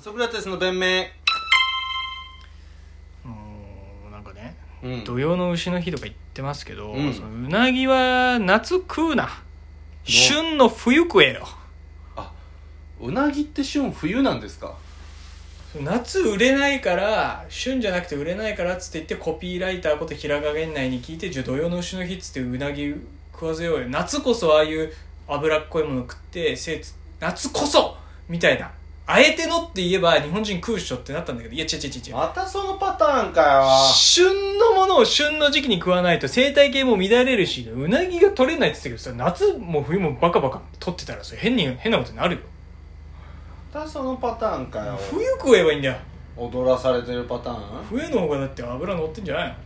ソクラテスの弁明うんなんかねうん土曜の丑の日とか言ってますけど、うんそのうなぎは夏食うな旬の冬食えよあうなぎって旬冬なんですか夏売れないから旬じゃなくて売れないからっつって言ってコピーライターこと平賀源内に聞いて「じゃあ土曜の丑の日」っつってうなぎ食わせようよ夏こそああいう脂っこいもの食ってせつ夏こそみたいなあえてのって言えば日本人食うっしょってなったんだけどいや違う違う違う違うまたそのパターンか旬のものを旬の時期に食わないと生態系も乱れるしうなぎが取れないって言ってたけどさ夏も冬もバカバカ取ってたらそれ変に変なことになるよまたそのパターンかよ冬食えばいいんだよ踊らされてるパターン冬の方がだって脂乗ってんじゃない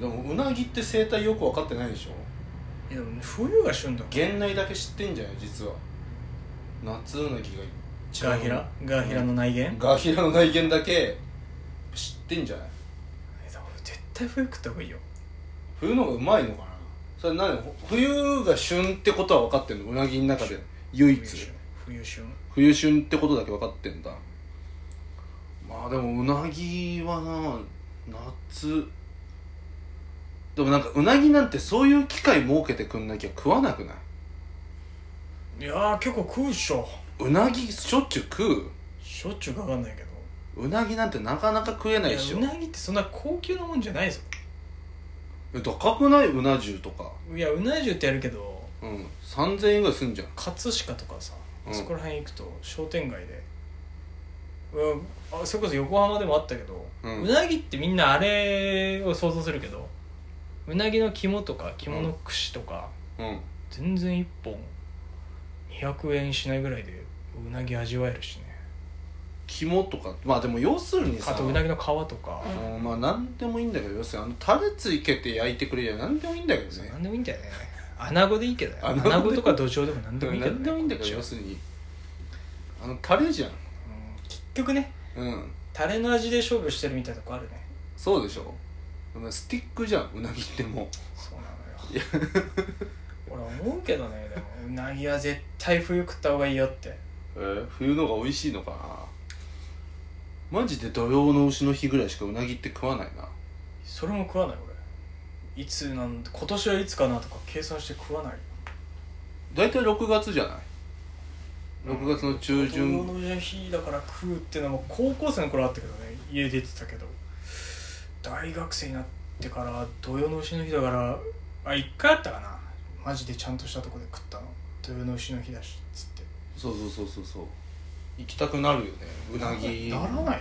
のでもうなぎって生態よく分かってないでしょいやでも冬が旬だ源内だけ知ってんじゃない実は夏うなぎが一番ガーヒラガーヒラの内源ガヒラの内見だけ知ってんじゃない絶対冬食った方がいいよ冬の方がうまいのかなそれ何ほ冬が旬ってことは分かってんのうなぎの中で唯一冬旬冬旬冬旬ってことだけ分かってんだまあでもうなぎはな夏でもなんかうなぎなんてそういう機会設けてくんなきゃ食わなくないいやー結構食うっしょうなぎしょっちゅう食うしょっちゅうかかんないけどうなぎなんてなかなか食えないでしょいやうなぎってそんな高級なもんじゃないぞえ高くないうな重とかいやうな重ってやるけどうん3000円ぐらいすんじゃん葛飾とかさ、うんそこら辺行くと商店街で、うん、あそれこそ横浜でもあったけど、ううんなぎってみんなあれを想像するけどうなぎの肝とか肝の串とか、うん全然1本200円しないぐらいでうなぎ味わえるしね肝とかまあでも要するにあさとうなぎの皮とか、うんまあ何でもいいんだけど要するにあのタレつけて焼いてくれりゃ何でもいいんだけどねなんでもいいんだよね穴子でいいけどね 穴穴子で子とか土壌でもなんでもいいけど、ね、何でもいいんだけどこ要っちはするにあのタレじゃんうん結局ねうんタレの味で勝負してるみたいなとこあるねそうでしょでもスティックじゃんうなぎってもうそうなのよ俺思うけどねでもうなぎは絶対冬食った方がいいよってえー冬のが美味しいのかなマジで土用の丑の日ぐらいしかうなぎって食わないなそれも食わない俺いつなん今年はいつかなとか計算して食わないよ大体6月じゃない6月の中旬、子供の日だから食うっていうのも高校生の頃あったけどね家出てたけど大学生になってから土用の丑の日だからあ一回あったかなマジでちゃんとしたとこで食ったの土用の丑の日だしっつってそうそうそうそうそう行きたくなるよねうなぎならないよ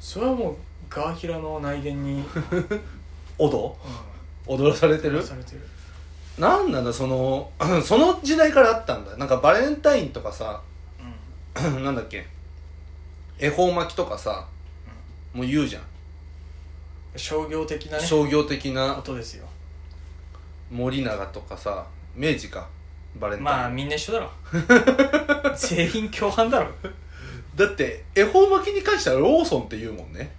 それはもうガーヒラの内源に、踊踊らされてうん、るされてるなんなんだその その時代からあったんだなんかバレンタインとかさう んなんだっけ恵方巻きとかさもう言うじゃん、商業的なね商業的なことですよ森永とかさ明治かバレンタイン、まあみんな一緒だろ 全員共犯だろだって恵方巻きに関してはローソンって言うもんね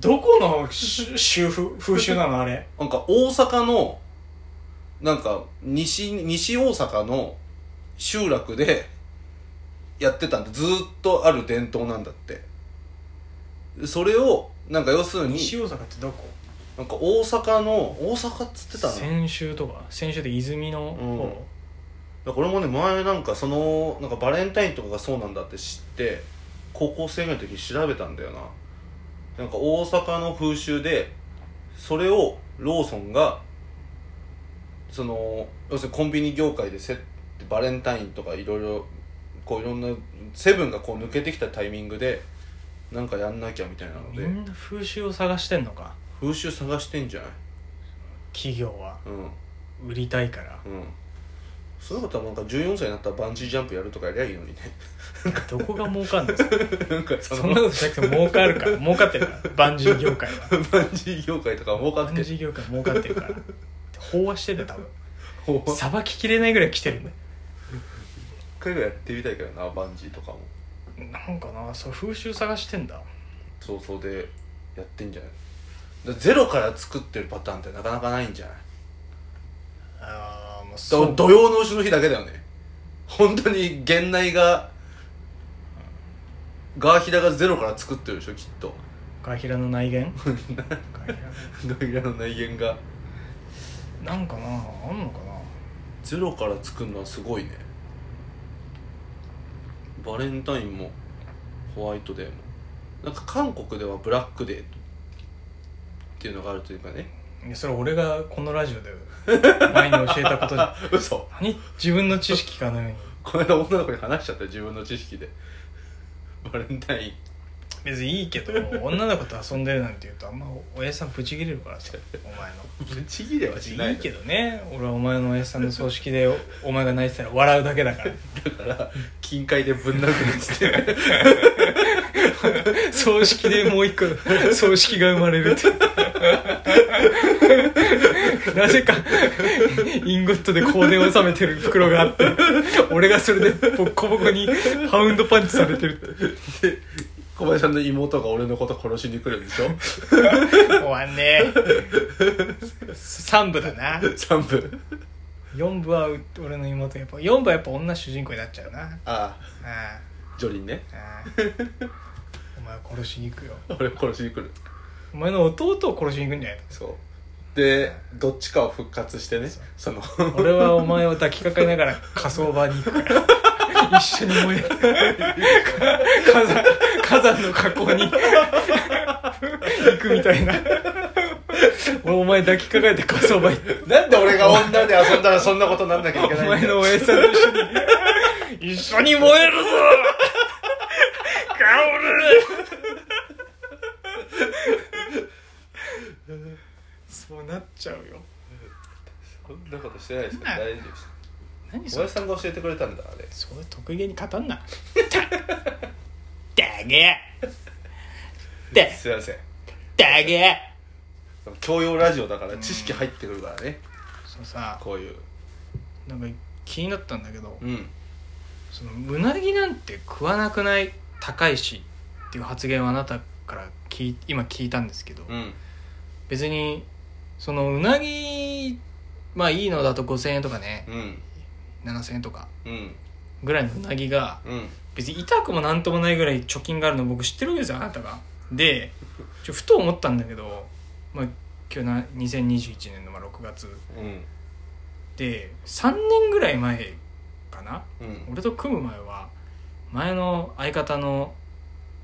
どこのし習風風習なのあれなんか大阪のなんか西西大阪の集落でやってたんでずーっとある伝統なんだってそれをなんか要するに西大阪ってどこなんか大阪の大阪っつってたの先週とか先週で泉の方、これもね前なんかそのなんかバレンタインとかがそうなんだって知って高校生ぐらいの時に調べたんだよななんか大阪の風習でそれをローソンがその要するにコンビニ業界でせバレンタインとかいろいろこういろんなセブンがこう抜けてきたタイミングでなんかやんなきゃみたいなのみでんな風習を探してんのか風習探してんじゃない企業はうん売りたいからうんそういうことはなんか14歳になったらバンジージャンプやるとかやりゃいいのにねどこが儲かんのそ なんかそのんなことしなくても儲かるから儲かってるからバンジー業界はバンジー業界とか儲かバっンてジー業界儲かってるから飽和してんだよ多分もうさばききれないぐらい来てるんだよ一回ぐらいやってみたいけどなバンジーとかもなんかなそう風習探してんだそうそうでやってんじゃないだゼロから作ってるパターンってなかなかないんじゃないああもうそどう土曜の丑の日だけだよね本当に源内がガーヒラがゼロから作ってるでしょきっと ガヒラの内言ガヒガーヒラの内縁がラなんかなあんのかなゼロから作るのはすごいねバレンタインもホワイトデーもなんか韓国ではブラックデーっていうのがあるというかねいやそれ俺がこのラジオで 前に教えたことじゃ嘘何自分の知識かのようにこの間女の子に話しちゃったよ自分の知識でバレンタイン別にいいけど女の子と遊んでるなんて言うとあんま親父さんブチギレるからさお前のぶち切れはしないいいけどね俺はお前の親父さんの葬式でおお前が泣いてたら笑うだけだからだから近海でぶん殴るっつって葬式でもう一個葬式が生まれるってなぜかインゴットで香典を収めてる袋があって俺がそれでボッコボコにハウンドパンチされてるってで小林さんの妹が俺のこと殺しに来るんでしょ終わんね3部だな3分4部は俺の妹やっぱ4部はやっぱ女主人公になっちゃうなあああジョリンねあああお前殺しに行くよ俺殺しに来るお前の弟を殺しに行くんじゃないそうでどっちかを復活してねそのの俺はお前を抱きかかえながら火葬場に行くから一緒に燃える火山火山の火口に行くみたいな俺お前抱きかかえて火葬場行ってなんで俺が女で遊んだらそんなことなんなきゃいけおないん前だのよ親父さんと一緒に一緒に燃えるぞ薫そうなっちゃうよそんなことしてないですから大丈夫です何小林さんが教えてくれたんだあれそれ得げに語んなだげだすいませんだげ教養ラジオだから知識入ってくるからねそうさこういうなんか気になったんだけどうんそのうなぎなんて食わなくない高いしっていう発言をあなたから聞い今聞いたんですけど、うん別にそのうなぎまあいいのだと5000円とかねうん7000円とかうんぐらいのうなぎがうん別に痛くもなんともないぐらい貯金があるの僕知ってるんですよあなたがでちょふと思ったんだけど、まあ、今日な2021年のまあ6月うんで3年ぐらい前かなうん俺と組む前は前の相方の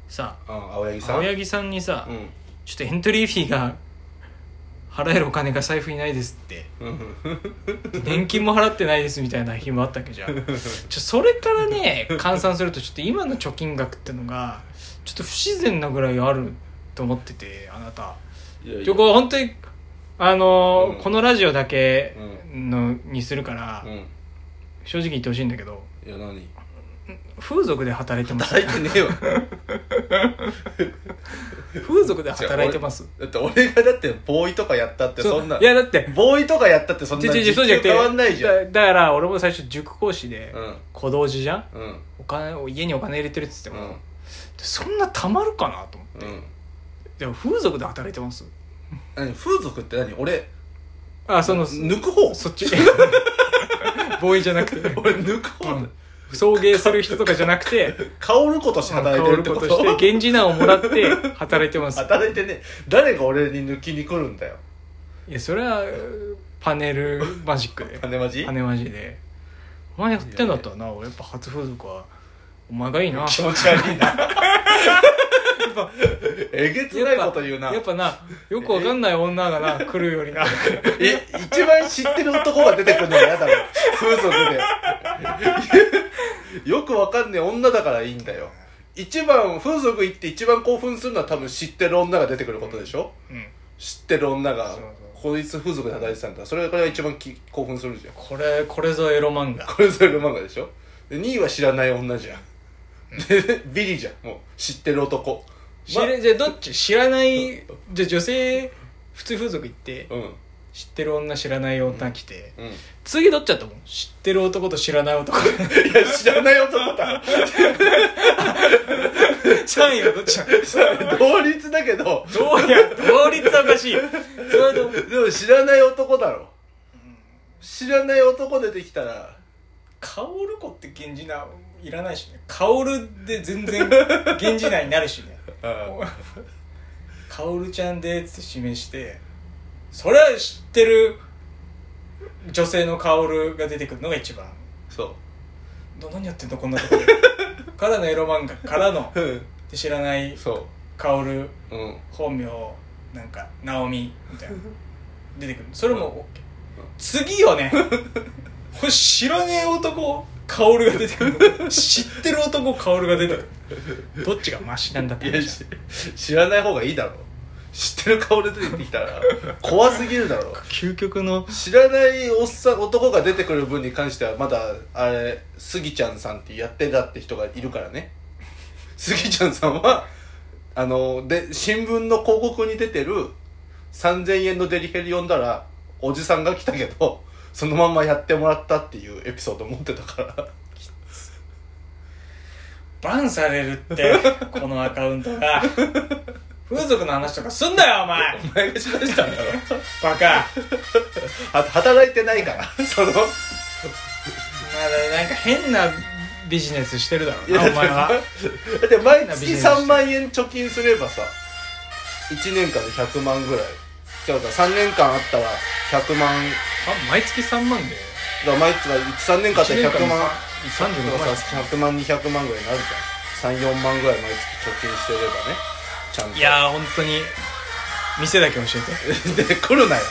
さあ青柳さん青柳さんにさ、うんちょっとエントリーフィーが払えるお金が財布にないですってうん年金も払ってないですみたいな日もあったわけじ ゃんちょそれからね換算するとちょっと今の貯金額ってのがちょっと不自然なぐらいあると思っててあなたいやいやちょこれ本当にあのーうんこのラジオだけのにするから、うん正直言ってほしいんだけどいや何風俗で働いてます働いてねえわ風俗で働いてますだって俺がだってボーイとかやったってそんないやだってボーイとかやったってそんちなょちょちょそうじゃなくて変わんないじゃんだだから俺も最初塾講師でうん小道寺じゃんうんお金を家にお金入れてるっつってうも、んそんなたまるかなと思って。うんでも風俗で働いてます何風俗って何俺あその抜く方そっち ボーイじゃなくて俺抜く方だ送迎する人とかじゃなくて香ることして働いてるって香こることしとて源氏難をもらって働いてます働いてね誰が俺に抜きに来るんだよいやそれはうパネルマジックで金マジパネマジでお前やってんだったらな俺やっぱ初風俗はお前がいい な気持ち悪いなえげつないこと言うなやっぱなよくわかんない女がな来るよりなえ一番知ってる男が出てくるのが嫌だろ風俗でよくわかんねえ女だからいいんだよ一番風俗行って一番興奮するのは多分知ってる女が出てくることでしょ、 うん知ってる女がそうこいつ風俗で働いてたんだそれこれが一番き興奮するじゃんこれこれぞエロ漫画これぞれの漫画でしょで2位は知らない女じゃんでビリじゃんもう知ってる男知れじゃあどっち知らないじゃあ女性普通風俗行ってうんうん知ってる女知らない女来て、次どっちだと思う知ってる男と知らない男いや知らない男だ3位はどっちだ同率だけどどうや同率はおかしいよそれはどうでも知らない男だろ知らない男出てきたらカオルコって源氏ないらないしね薫で全然源氏内になるしねあ薫ちゃんでっつって示してそれは知ってる女性の薫が出てくるのが一番そど何やってんのこんなとこでからのエロ漫画からのううんで知らないそ薫ううん本名なんか直美みたいな出てくるそれも OK 次よねこれ 知らねえ男薫が出てくる知ってる男薫が出てくるどっちがマシなんだっていや話し知らない方がいいだろ知ってる顔で出てきたら怖すぎるだろ究極の知らないおっさん男が出てくる分に関してはまだあれスギちゃんさんってやってたって人がいるからねスギちゃんさんはあので新聞の広告に出てる3000円のデリヘル呼んだらおじさんが来たけどそのまんまやってもらったっていうエピソード持ってたからバンされる ってこのアカウントが風俗の話とかすんなよお前お前がしだしたんだろバカあと働いてないからそのまだなんか変なビジネスしてるだろいうなやお前はだってだって毎月3万円貯金すればさ1年間で100万ぐらいそうか3年間あったら100万毎月3万でだから毎月3年間あったら100万35万100万200万ぐらいになるじゃん34万ぐらい毎月貯金してればねちゃんといやー本当に店だけ教えて で来るなよ